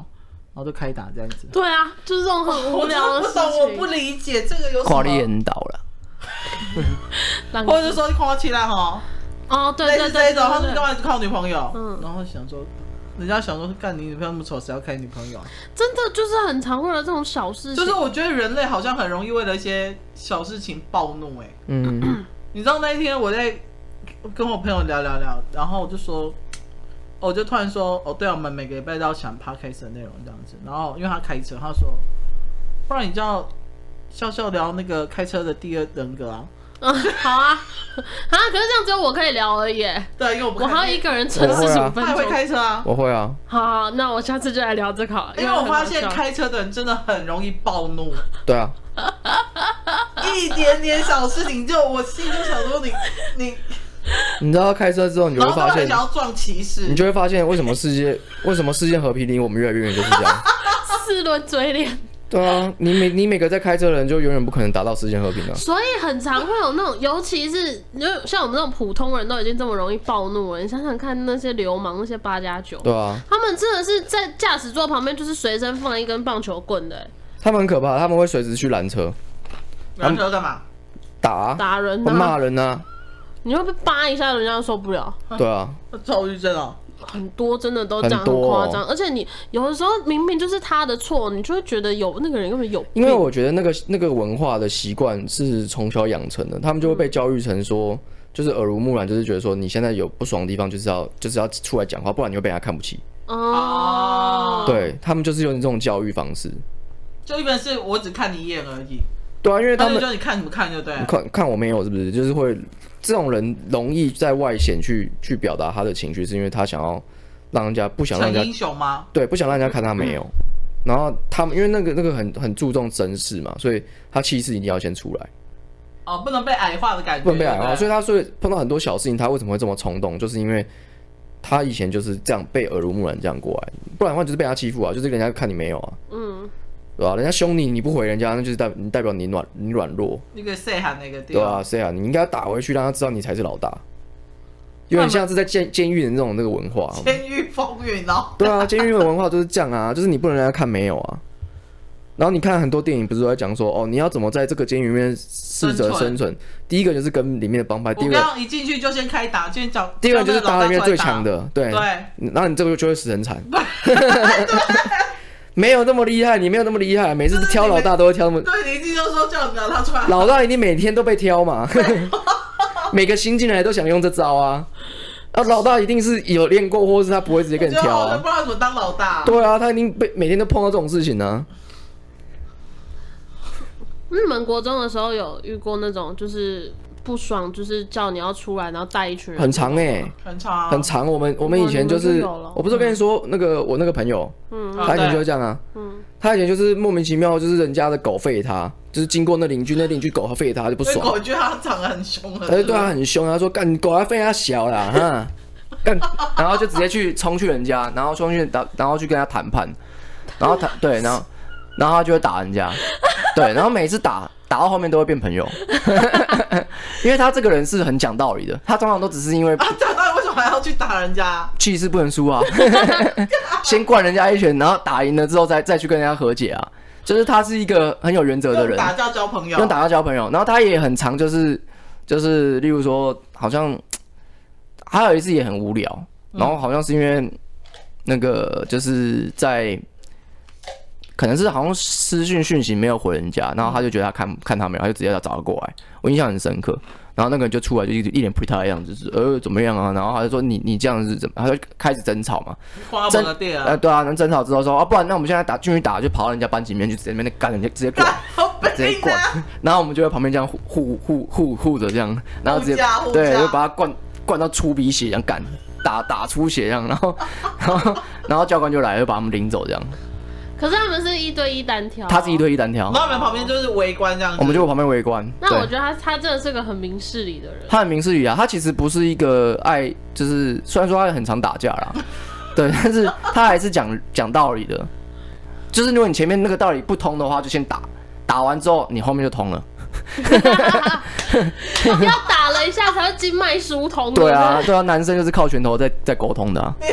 然后就开打这样子。对啊，就是这种很无聊的我事不懂，我情。不理解这个有什跨立么，引导了，让你 或者是说夸起来啊哈，哦，对类对对似这对一种，他对们干嘛靠女朋友？嗯然后想说，人家想说，干你女朋友那么丑，谁要看你女朋友啊？真的就是很常为了这种小事就情是。我觉得人类好像很容易为了一些小事情暴怒、欸， 嗯，你知道那一天我在跟我朋友聊聊聊，然后我就说，哦我就突然说，哦，对啊，我们每个礼拜都要想 podcast 的内容这样子。然后因为他开车，他说，不然你叫笑笑聊那个开车的第二人格啊。嗯，好 啊，啊，可是这样只有我可以聊而已耶，对，因为我不我开车还有一个人撑我会四啊十五分他也会钟。开车啊。我会啊，好，那我下次就来聊这个好了。因为我很好发现笑开车的人真的很容易暴 怒，对啊，一点点小事情就我心里就想说你你，你知道开车之后，你就然会后他发们现很想，要撞骑士，你就会发现为什么世界 为什么世界和平离我们越来越远就是这样。四轮嘴脸，对啊，你每你每个在开车的人就永远不可能达到世界和平 啊。所以很常会有那种，尤其是因为像我们这种普通人都已经这么容易暴怒了，你想想看那些流氓那些八加九，对啊，他们真的是在驾驶座旁边就是随身放一根棒球棍的、他们很可怕，他们会随时去拦车然后要干嘛？打啊、打人会骂啊，人啊，你会被扒一下，人家就受不了。 对啊。躁郁症哦。很多真的都这样很很多哦夸张，而且你有的时候明明就是他的错，你就会觉得有那个人根本有病。因为我觉得那个那个文化的习惯是从小养成的，他们就会被教育成说，就是耳濡目染，就是觉得说你现在有不爽的地方，就是要就是要出来讲话，不然你会被人家看不起。哦，对他们就是用这种教育方式。就一般是我只看你一眼而已，对啊，因为他他就们说你看什么看就对了。看看我没有是不是？就是会这种人容易在外显去去表达他的情绪，是因为他想要让人家不想让嗯逞人家英雄吗？对，不想让人家看他没有。然后他们因为那个那个很很注重绅士嘛，所以他气势一定要先出来。哦，不能被矮化的感觉，不能被矮化。所以以他所以碰到很多小事情，他为什么会这么冲动，就是因为他以前就是这样被耳濡目染这样过来，不然的话就是被他欺负啊，就是人家看你没有啊，嗯，对吧、人家凶你，你不回人家，那就是代代表你软你软弱，那个 say 喊那个对地啊，方，谁啊？你应该打回去，让他知道你才是老大，有点像是在监监狱的那种那个文化。监狱风云哦，对啊，监狱的文化就是这样啊，就是你不能让他看没有啊。然后你看很多电影，不是都在讲说，哦，你要怎么在这个监狱里面试着生存生存？第一个就是跟里面的帮派，第我二个刚一进去就先开打，先找第二个就是叫那打老里面大最出来打强，的，对。对，然后你这个就会死很 惨。没有那么厉害，你没有那么厉害，每次挑老大都会挑那么，对，你一进去就说叫你找他出来，老大一定每天都被挑 嘛，每个新进来都想用这招啊。啊，老大一定是有练过，或是他不会直接跟你就挑我就啊不。知道怎么当老大，对啊，他一定被每天都碰到这种事情啊呢、日本国中的时候有遇过那种就是不爽，就是叫你要出来，然后带一群人，很长哎、很长，啊很长。我们我们以前就你们是就有了，我不是跟你说那个我那个朋友，嗯啊他以前对就是这样啊，嗯，他以前就是莫名其妙，就是人家的狗吠他，就是经过那邻居，那邻居狗吠他就不所以爽，狗觉得他长得很凶，很他哎就对啊他很凶，他说干你狗还吠他小啦， 哈，干，然后就直接去冲去人家，然后冲去打，然后去跟他谈判，然后谈对，然后然后他就会打人家，对，然后每次打打到后面都会变朋友， 因为他这个人是很讲道理的，他通常都只是因为啊，长大为什么还要去打人家？气势不能输啊， 先灌人家一拳，然后打赢了之后再再去跟人家和解啊，就是他是一个很有原则的用人，打架交朋友，用打架交朋友，然后他也很常就是就是，例如说，好像还有一次也很无聊，然后好像是因为那个就是在可能是好像私讯讯息没有回人家，然后他就觉得他看看他没有，他就直接要找他过来，我印象很深刻。然后那个人就出来就一一脸 p r e t 的样子，就是呃怎么样啊？然后他就说你你这样是怎么？他就开始争吵嘛。花真某个店， 呃对啊，那争吵之后说啊，不然那我们现在打进去打，就跑到人家班级里面去，直接在那边干人家，直接过来。好啊笨直接灌，然后我们就在旁边这样护护护护护着这样，然后直接护驾护对，驾就把他灌灌到出鼻血这样干，打打出血这样，然后 然后然后教官就来了，就把他们领走这样。可是他们是一对一单挑，他是一。对一单挑然，后你们旁边就是围观这样子，我们就在旁边围观。那我对觉，得他他真的是个很明事理的人， 他很明事理啊，他其实不是一个爱，就是虽然说他很常打架啦， 对，但是他还是讲讲道理的，就是如果你前面那个道理不通的话，就先打，打完之后你后面就通了。要打了一下才会经脉疏通。对啊，，对啊，男生就是靠拳头在在沟通的、啊。没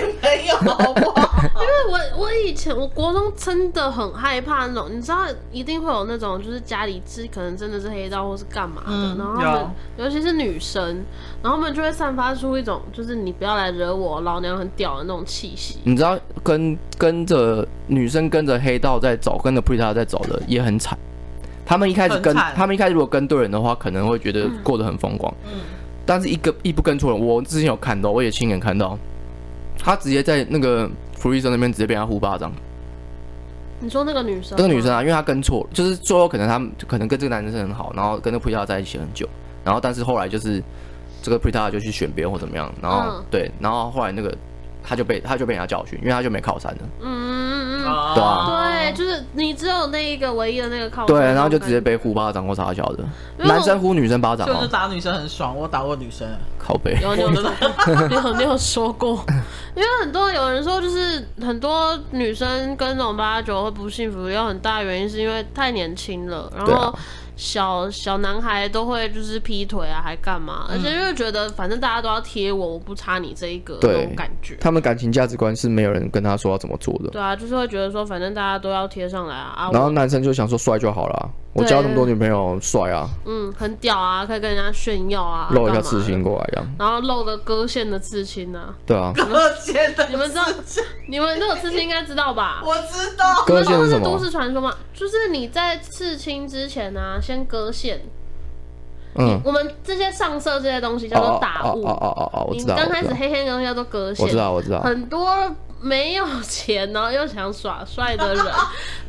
有，好不好？因为 我我以前我国中真的很害怕那种，你知道一定会有那种就是家里是可能真的是黑道或是干嘛的，嗯然后他们尤其是女生，然后他们就会散发出一种就是你不要来惹我，老娘很屌的那种气息。你知道跟跟着女生跟着黑道在走，跟着 Prita 在走的也很惨。他们一开始跟很惨嗯他们一开始如果跟对人的话，可能会觉得过得很风光。但是一个一不跟错人，我之前有看到，我也亲眼看到，他直接在那个福利生那边直接被他呼巴掌。你说那个女生，这个女生，啊，因为她跟错，就是最后可能她可能跟这个男生很好，然后跟那 Prita 在一起很久，然后但是后来就是这个 Prita 就去选别人或怎么样，然后、嗯对，然后后来那个他就被他就被人家教训，因为他就没靠山了。嗯嗯嗯嗯，啊对啊对，，就是你只有那一个唯一的那个靠山对，那种然后就直接感觉被呼巴掌或啥小的，因为我男生呼女生巴掌就是哦，打女生很爽，我打过女生，靠背。有哦你有 你有你有说过，因为很多有人说，就是很多女生跟这种八加九会不幸福，有很大原因是因为太年轻了，然对后啊小、小男孩都会就是劈腿啊，还干嘛，嗯而且就觉得反正大家都要贴我，我不差你这一个对那种感觉。他们感情价值观是没有人跟他说要怎么做的，对啊，就是会觉得说，反正大家都要贴上来啊啊，然后我男生就想说帅就好了，我对交那么多女朋友帅啊，嗯很屌啊，可以跟人家炫耀啊，露一下干嘛刺青的，过来一 样，然后露个割线的刺青啊，对啊，我觉得你们知道是你们都有刺青应该知道吧？我知道，割线哦是什都么？市传说嘛，就是你在刺青之前呢、啊，先割线。嗯，我们这些上色这些东西叫做打雾。哦哦哦哦，我你知道，刚我开知始道，黑黑的东西叫做割线。我知道，我知道，很多没有钱然后又想耍帅的人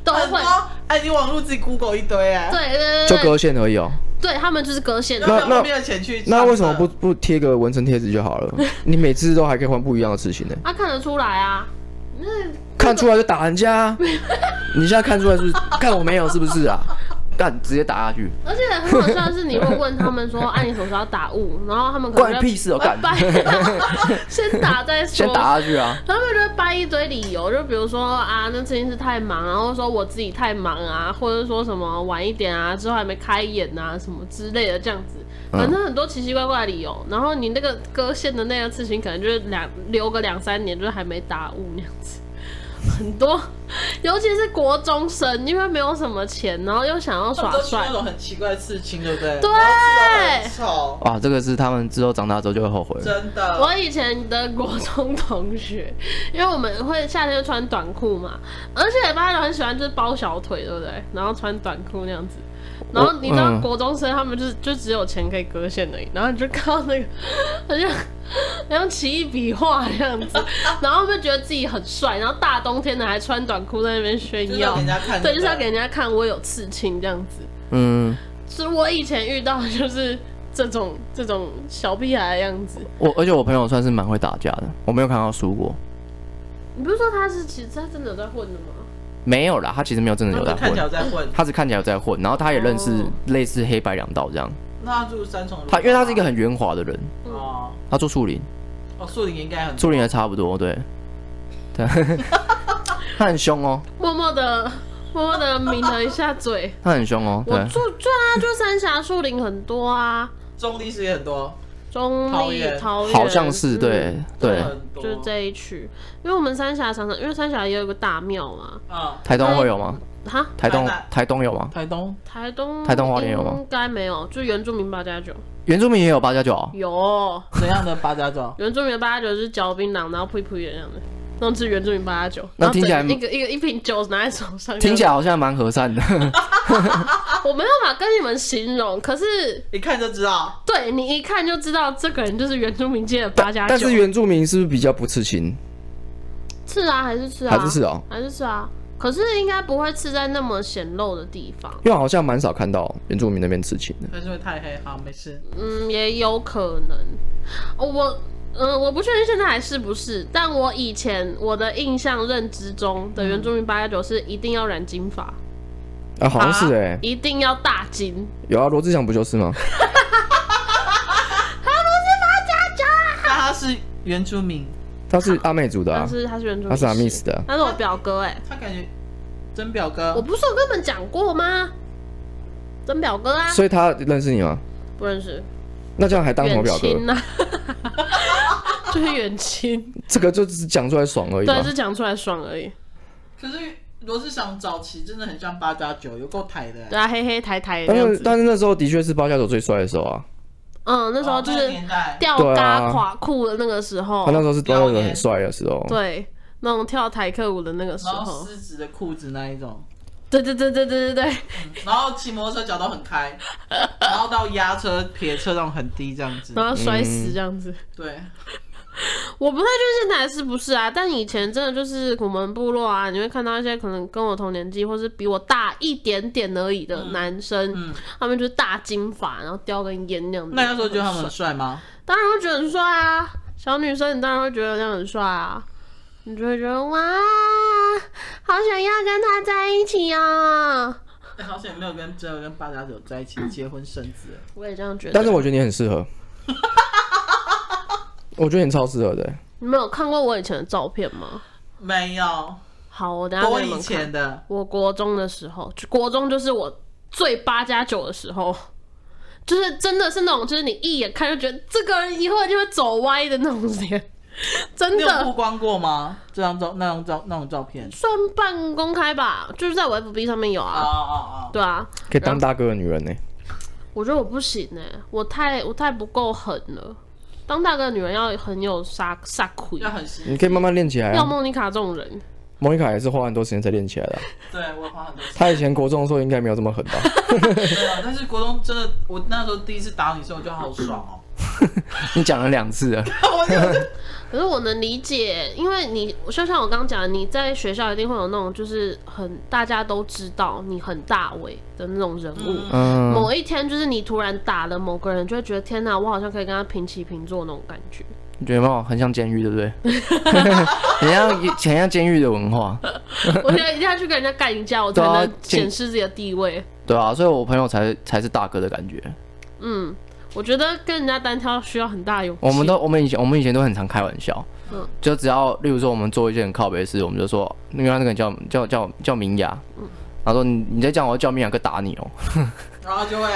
都很哦会多。，哎，你网络自己 Google 一堆哎，对对就对对，割线而已哦。对他们就是割线。然后那我没有钱去，那为什么啊不？不贴个纹身贴纸就好了？你每次都还可以换不一样的刺青呢，他、看得出来啊， 看出来就打人家啊。你现在看出来是不是？看我没有是不是啊？干直接打下去，而且很好笑的是，你会问他们说：“哎、你什么时候要打雾？”然后他们可能关你就屁事哦，拜干，拜，先打再说。先打下去啊，他们就会掰一堆理由，就比如说啊，那最近是太忙啊，然后说我自己太忙啊，或者说什么晚一点啊，之后还没开演啊，什么之类的这样子，嗯反正很多奇奇怪怪的理由。然后你那个割线的那个事情，可能就是两留个两三年，就是还没打雾那样子。 很多，尤其是国中生，因为没有什么钱，然后又想要他耍们都去帅那，种很奇怪的事情，对不对？对然后吃到很臭，哇，这个是他们之后长大之后就会后悔了。真的。我以前的国中同学，因为我们会夏天就穿短裤嘛，而且大家都很喜欢就是包小腿，对不对？然后穿短裤那样子。然后你知道嗯国中生他们就是就只有钱可以割线而已，然后你就看到那个 好像好像奇异笔画这样子，然后他们觉得自己很帅，然后大冬天的还穿短裤在那边就炫是要耀给人，家看，对，就是要不给人家看我有刺青这样子。嗯，是我以前遇到的就是这种这种小屁孩的样子。我而且我朋友算是蛮会打架的，我没有看到输过，你不是说他是其实他真的有在混的吗？没有啦，他其实没有真的他有们在看起混，来有在混，他只看起来有在混，然后他也认识哦类似黑白两道这样，那他住三重楼，他因为他是一个很圆滑的人，哦他住树林，哦，树林应该很树林还差不多，对， 对，他很凶哦，默默的 默默的抿了一下嘴。他很凶哦，我对，住对啊，就三峡树林很多啊，中立是也很多，中桃立、园桃园，好像是嗯对对，很多就是这一区。因为我们三峡常常，因为三峡也有一个大庙嘛，啊，台东会有吗？哈，台东台南台东有吗？台东台东台东花莲有吗应该没有，就原住民八加九原住民也有八加九嗯哦，有，？怎样的八家庄原住民八加九是嚼槟榔，然后噗噗的样的。那是原住民八加九，那然后听起来整个一个一个一瓶酒拿在手上，听起来好像蛮和善的。我没有办法跟你们形容，可是 一看就知道，对你一看就知道这个人就是原住民界的八但加九，但是原住民是不是比较不刺青？刺啊还是刺啊还是是哦？还是刺啊，可是应该不会刺在那么显露的地方，因为好像蛮少看到原住民那边刺青的。但是会太黑，好没事。嗯，也有可能。哦我嗯，我不确定现在还是不是，但我以前我的印象认知中嗯的原住民八加九是一定要染金发，啊，好像是哎、一定要大金，有啊，罗志祥不就是 吗？但他是原住民，他是阿妹族的但啊，是他是原住民，他是阿密斯，的啊、他是我表哥哎、他感觉真表哥我不是有跟你们讲过吗？真表哥啊，所以他认识你吗？不认识。那这样还当什么远表哥亲？啊呐、 就是远亲，这个就只是讲出来爽而已嘛对，。是讲出来爽而已。可是罗志祥早期真的很像八加九，有够台的。欸对啊，黑黑抬抬的但样是子。但是那时候的确是八加九最帅的时候啊，嗯，那时候哦就个是年代，吊对嘎啊垮裤的那个时候，他那时候是八加九很帅的时候。啊啊对，那种跳台客舞的那个时然候后，狮子的裤子那一种，对对对对对对对，然后骑摩托车脚都很开，然后到压车、撇车那种很低这样子。 然后摔嗯死这样子。对，我不太确定现在还是不是啊，但以前真的就是我们部落啊，你会看到一些可能跟我同年纪或是比我大一点点而已的男生，嗯他们就是大金发，然后叼根烟那样子。那那时候觉得他们很很帅吗？当然会觉得很帅啊，小女生你当然会觉得这样很帅啊，你就会觉得哇，好想要跟他在一起啊！哎好险没有跟只有跟八加九在一起结婚生子。我也这样觉得。但是我觉得你很 适合，我觉得你超适合的、欸你们有看过我以前的照片吗？没有，好，我等一下我给你以们看。前的我国中的时候，就国中就是我最八加九的时候。就是真的是那种，就是你一眼看就觉得这个人以后就会走歪的那种脸，真你有的曝光过吗？这张照、那张照、那种照片。算半公开吧，就是在我 FB 上面有哦啊，哦哦，对啊，可以当大哥的女人呢、欸我觉得我不行哎、我太我太不够狠了。当大哥的女人要很有杀杀魁，要很辛你可以慢慢练起来要啊。莫妮卡这种人，莫妮卡也是花很多时间才练起来的啊、对我花很多钱。她以前国中的时候应该没有这么狠吧？对啊，但是国中真的，我那时候第一次打你的时候，我就好爽哦。 你讲了两次了，我就可是我能理解，因为你就像我刚刚讲的，你在学校一定会有那种就是很大家都知道你很大伟的那种人物。嗯，某一天，就是你突然打了某个人，就会觉得天哪，我好像可以跟他平起平坐那种感 觉。你觉得吗？很像监狱，对不对？很像很像监狱的文化。我觉得一定要去跟人家干一架，我才对啊能请显示自己的地位。对啊，所以我朋友才才是大哥的感觉。嗯，我觉得跟人家单挑需要很大的勇气。我们都我们以前我们以前都很常开玩笑，嗯就只要例如说我们做一件很靠北的事，我们就说那个那个人叫叫叫叫明雅，然后说你你再这样我要叫明雅哥打你哦、然后就会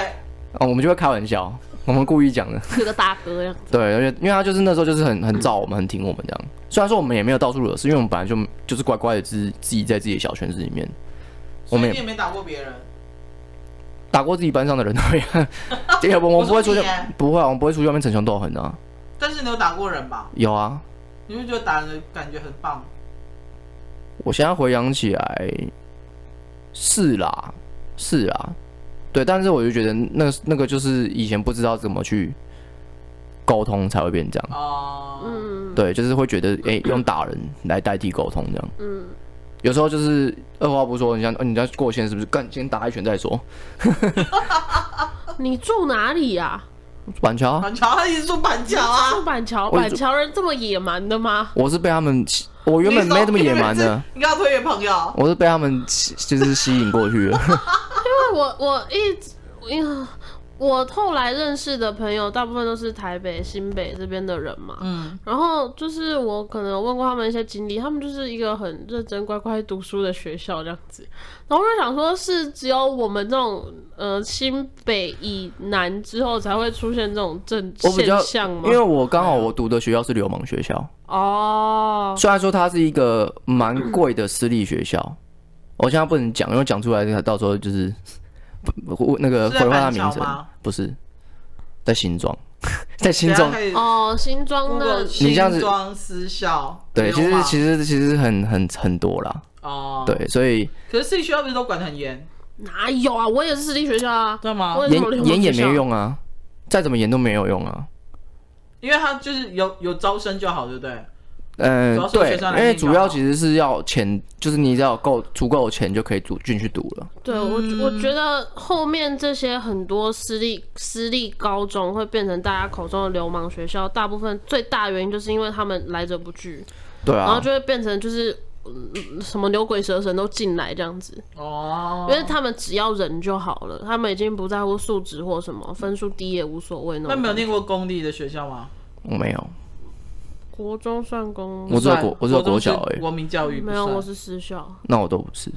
哦，我们就会开玩笑，我们故意讲的，有个大哥呀，对，而且因为他就是那时候就是很很照我们，很挺我们这样。虽然说我们也没有到处惹事，因为我们本来就就是乖乖的自自己在自己的小圈子里面，我们所以你也也没打过别人，打过自己班上的人而已， 也我我们不会出去我说你耶，不会啊，我们不会出去外面逞凶斗狠啊，但是你有打过人吧？有啊，你会觉得打人的感觉很棒？我现在回想起来，是啦，是啦，对，但是我就觉得那那个就是以前不知道怎么去沟通才会变这样，哦、嗯对，就是会觉得哎、诶用打人来代替沟通这样，嗯，有有时候就是二话不说，你想、呃你要过线是不是？干，先打一拳再说，你住哪里呀、板桥啊，板桥，他一直说板桥啊住，板桥，我板桥人这么野蛮的吗？我是被他们吸，我原本你说没这么野蛮的，。你跟他推给朋友，我是被他们吸就是吸引过 去的，因为我我一直，哎呀，我后来认识的朋友大部分都是台北、新北这边的人嘛。嗯，然后就是我可能有问过他们一些经历，他们就是一个很认真乖乖读书的学校这样子。然后我就想说，是只有我们这种呃新北以南之后才会出现这种正我比较现象，吗因？为我刚好我读的学校是流氓学校。哦，虽然说它是一个蛮贵的私立学校，我现在不能讲，因为讲出来它到时候就是不不那个是毁在坏它板呃名桥声。吗？不是，在新庄， 在新等一庄下。可以哦，新庄的 Google 你这样子新庄私校，对，其实其实实其实很很很多啦，哦，，对，所以可是私立学校不是都管得很严，哪有啊？我也是私立学校啊，对吗我为什严么流氓严也学校没用啊，再怎么严都没有用啊。因为他就是有有招生就好，对不对？嗯主要，是对，学生来因为念主就要好其实是要钱，就是你只要有够足够的钱就可以读进去读了。对我，我嗯觉得后面这些很多私立私立高中会变成大家口中的流氓学校，大部分最大原因就是因为他们来者不拒，对然后啊，就会变成就是、嗯什么牛鬼蛇神都进来这样子，哦因，为他们只要人就好了，他们已经不在乎素质或什么，分数低也无所谓那那种没有感觉。念过公立的学校吗？我没有，国中算公，我只有不国我算只有国中是小欸而已，国民教育不没有，算我是私校，那我都不是，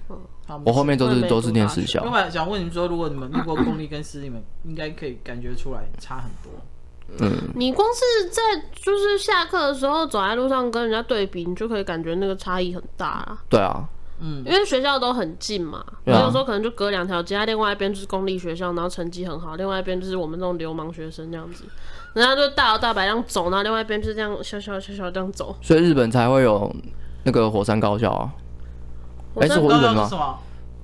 好没我后事面都我也是没都是读念大私学校因为。我想问你们说，如果你们念过公立跟私立，你们应该可以感觉出来差很多。嗯你光是在就是下课的时候走在路上跟人家对比，你就可以感觉那个差异很大啊。对啊，嗯，因为学校都很近嘛，对啊有时候可能就隔两条街，它另外一边就是公立学校，然后成绩很好，另外一边就是我们这种流氓学生这样子，人家就大摇大摆这样走，然后另外一边就是这样小小小小这样走。所以日本才会有那个火山高校啊。我哎在是我高日本中吗是什么？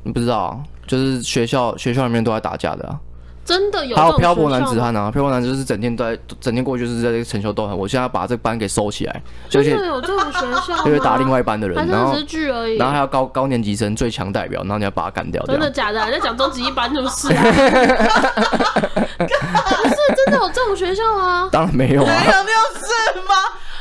你不知道啊？就是学校学校里面都在打架的啊，真的有还这有种漂泊男子学校吗，汉啊，漂泊男子就是整天都在整天过去就是在这个成球斗狠。我现在要把这班给收起来，就真去的有这种学校吗？就会打另外一班的哦他人，真然的后只是剧而已然。后还有高高年级生最强代表，然后你要把他干掉，这真的样假的啊、你在讲终极一班是不是、啊？ 不是真的有这种学校啊？当然没有没 啊。有六四吗？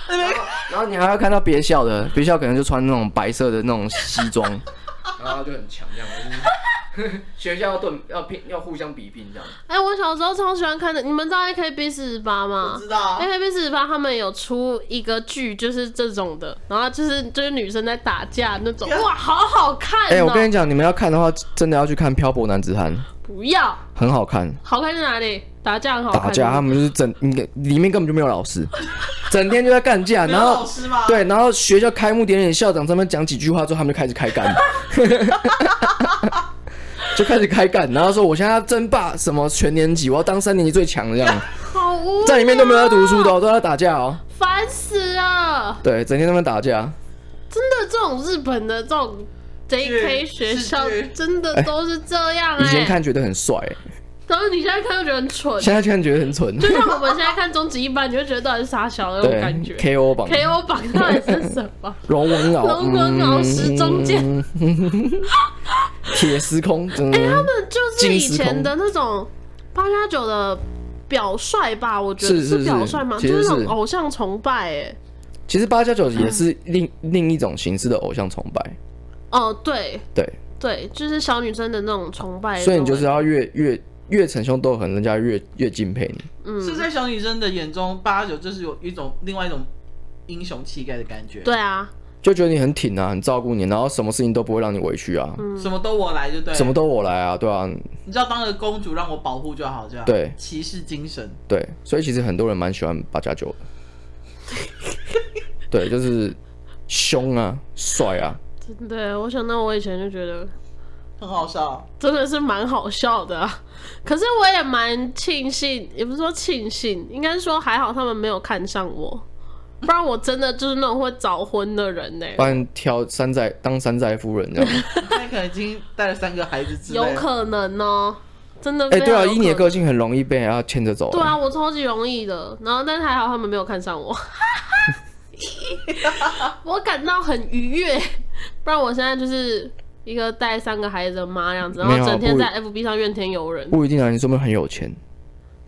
你没看然后你还要看到别校的，别校可能就穿那种白色的那种西装， 然后就很强这样。 就是学校要盾要拼要互相比拼这样。哎、我小时候超喜欢看的，你们知道 AKB 四十八吗？我知道啊 AKB 四十八他们有出一个剧，就是这种的，然后就是就是女生在打架那 种，哇，好好看、哦！哎、我跟你讲，你们要看的话，真的要去看《漂泊男子汉》，不要，很好看。好看在哪里？打架很好看。打架，他们就是整你里面根本就没有老师，整天就在干 架，没有然老后师吗？，对，然后学校开幕典礼，校长这边讲几句话之后，他们就开始开干， 就开始开干，然后说我现在要争霸什么全年级，我要当三年级最强 的这样，好无聊在里面都没有在读书的、哦，都在打架哦，烦死了！对，整天他们打架，真的，这种日本的这种 JK 是学校是，真的都是这样哎以哎、前看觉得很帅、然后你现在看就觉得很蠢，现在看觉得很蠢，就像我们现在看终极一班，你会觉得到底是傻小的那种对感觉。 ，KO 榜， KO 榜到底是什么？龙纹鳌，龙纹鳌嗯石中剑， 铁丝空，哎、他们就是以前的那种八加九的表率吧，我觉得是是是表率嘛，其就实是那种是偶像崇拜哎、其实八加九也是另、另一种形式的偶像崇拜，哦，对对，对，就是小女生的那种崇拜的那种感觉，所以你就是要越越越逞凶斗狠，人家越越敬佩你。嗯是在小女生的眼中，八九就是有一种另外一种英雄气概的感觉，对啊，就觉得你很挺啊，很照顾你，然后什么事情都不会让你委屈啊，什么都我来嗯就对了，什么都我来啊，对啊，你知道当个公主让我保护就好，这样对骑士精神，对，所以其实很多人蛮喜欢八加九的，对，就是凶啊，帅啊，真的，我想到我以前就觉得很好笑。真的是蛮好笑的、啊， 可是我也蛮庆幸，也不是说庆幸，应该说还好他们没有看上我，不然我真的就是那种会早婚的人呢、不然挑山寨当山寨夫人这样。他可能已经带了三个孩子之类有的，可能哦、真的。哎、对啊，以以你的个性很容易被人家牵着走、对啊，，我超级容易的，然后但是还好他们没有看上我， 我感到很愉悦，不然我现在就是一个带三个孩子的妈这样子，然后没有啊整天不在 FB 上怨天尤人。不一定啊，你说不定很有钱，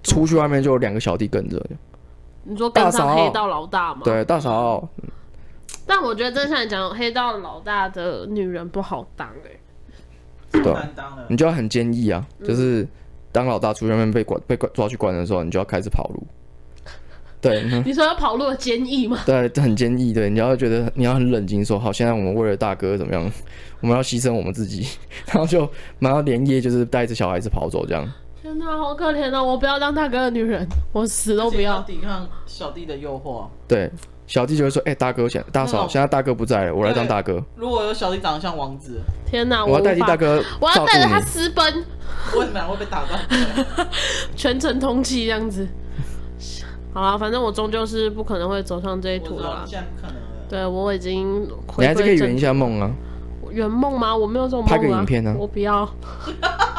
出去外面就有两个小弟跟着。你说跟上大嫂黑道老大吗？对，大嫂，但我觉得真的像你讲，黑道老大的女人不好当哎、对啊、难当了。你就要很坚毅啊，嗯就是当老大出去外面被关被关抓去关的时候，你就要开始跑路。对， 嗯你说要跑路的坚毅吗？对，这很坚毅，对，你要觉得你要很冷静，说好，现在我们为了大哥怎么样，我们要牺牲我们自己， 然后就然后连夜就是带着小孩子跑走这样。天哪，好可怜哦！我不要当大哥的女人，我死都不而要。且抵抗小弟的诱惑。对，小弟就会说，哎、大哥现大那嗯嫂种现在大哥不在了，我来当对大哥，如果有小弟长得像王子，天哪，我我要代无替法，大哥我要照带着他顾私奔，为什么会被打断？全程通缉这样子。好啦，反正我终究是不可能会走上这一我途知的道啦你。现在不可能了。对，我已经你，你回还是可归以圆正一下梦啊，圆梦吗？我没有这种梦啊。拍个影片啊我不要。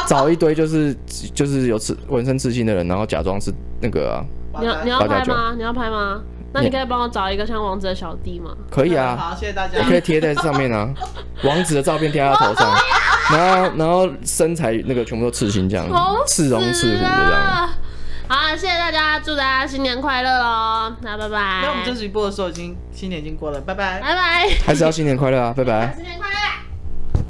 找一堆就是就是有刺纹身刺青的人，然后假装是那个啊，八你加要你要拍吗？你要拍吗？那你可以帮我找一个像王子的小弟吗？可以啊，好，谢谢大家我。可以贴在上面啊，王子的照片贴在他头上，然后然后身材那个全部都刺青这样愁，嗯刺龙刺虎的这样。了。好，谢谢大家，祝大家新年快乐喽！那拜拜，那我们这集播的时候，已经新年已经过了，拜拜。拜拜，还是要新年快乐啊，拜拜。新年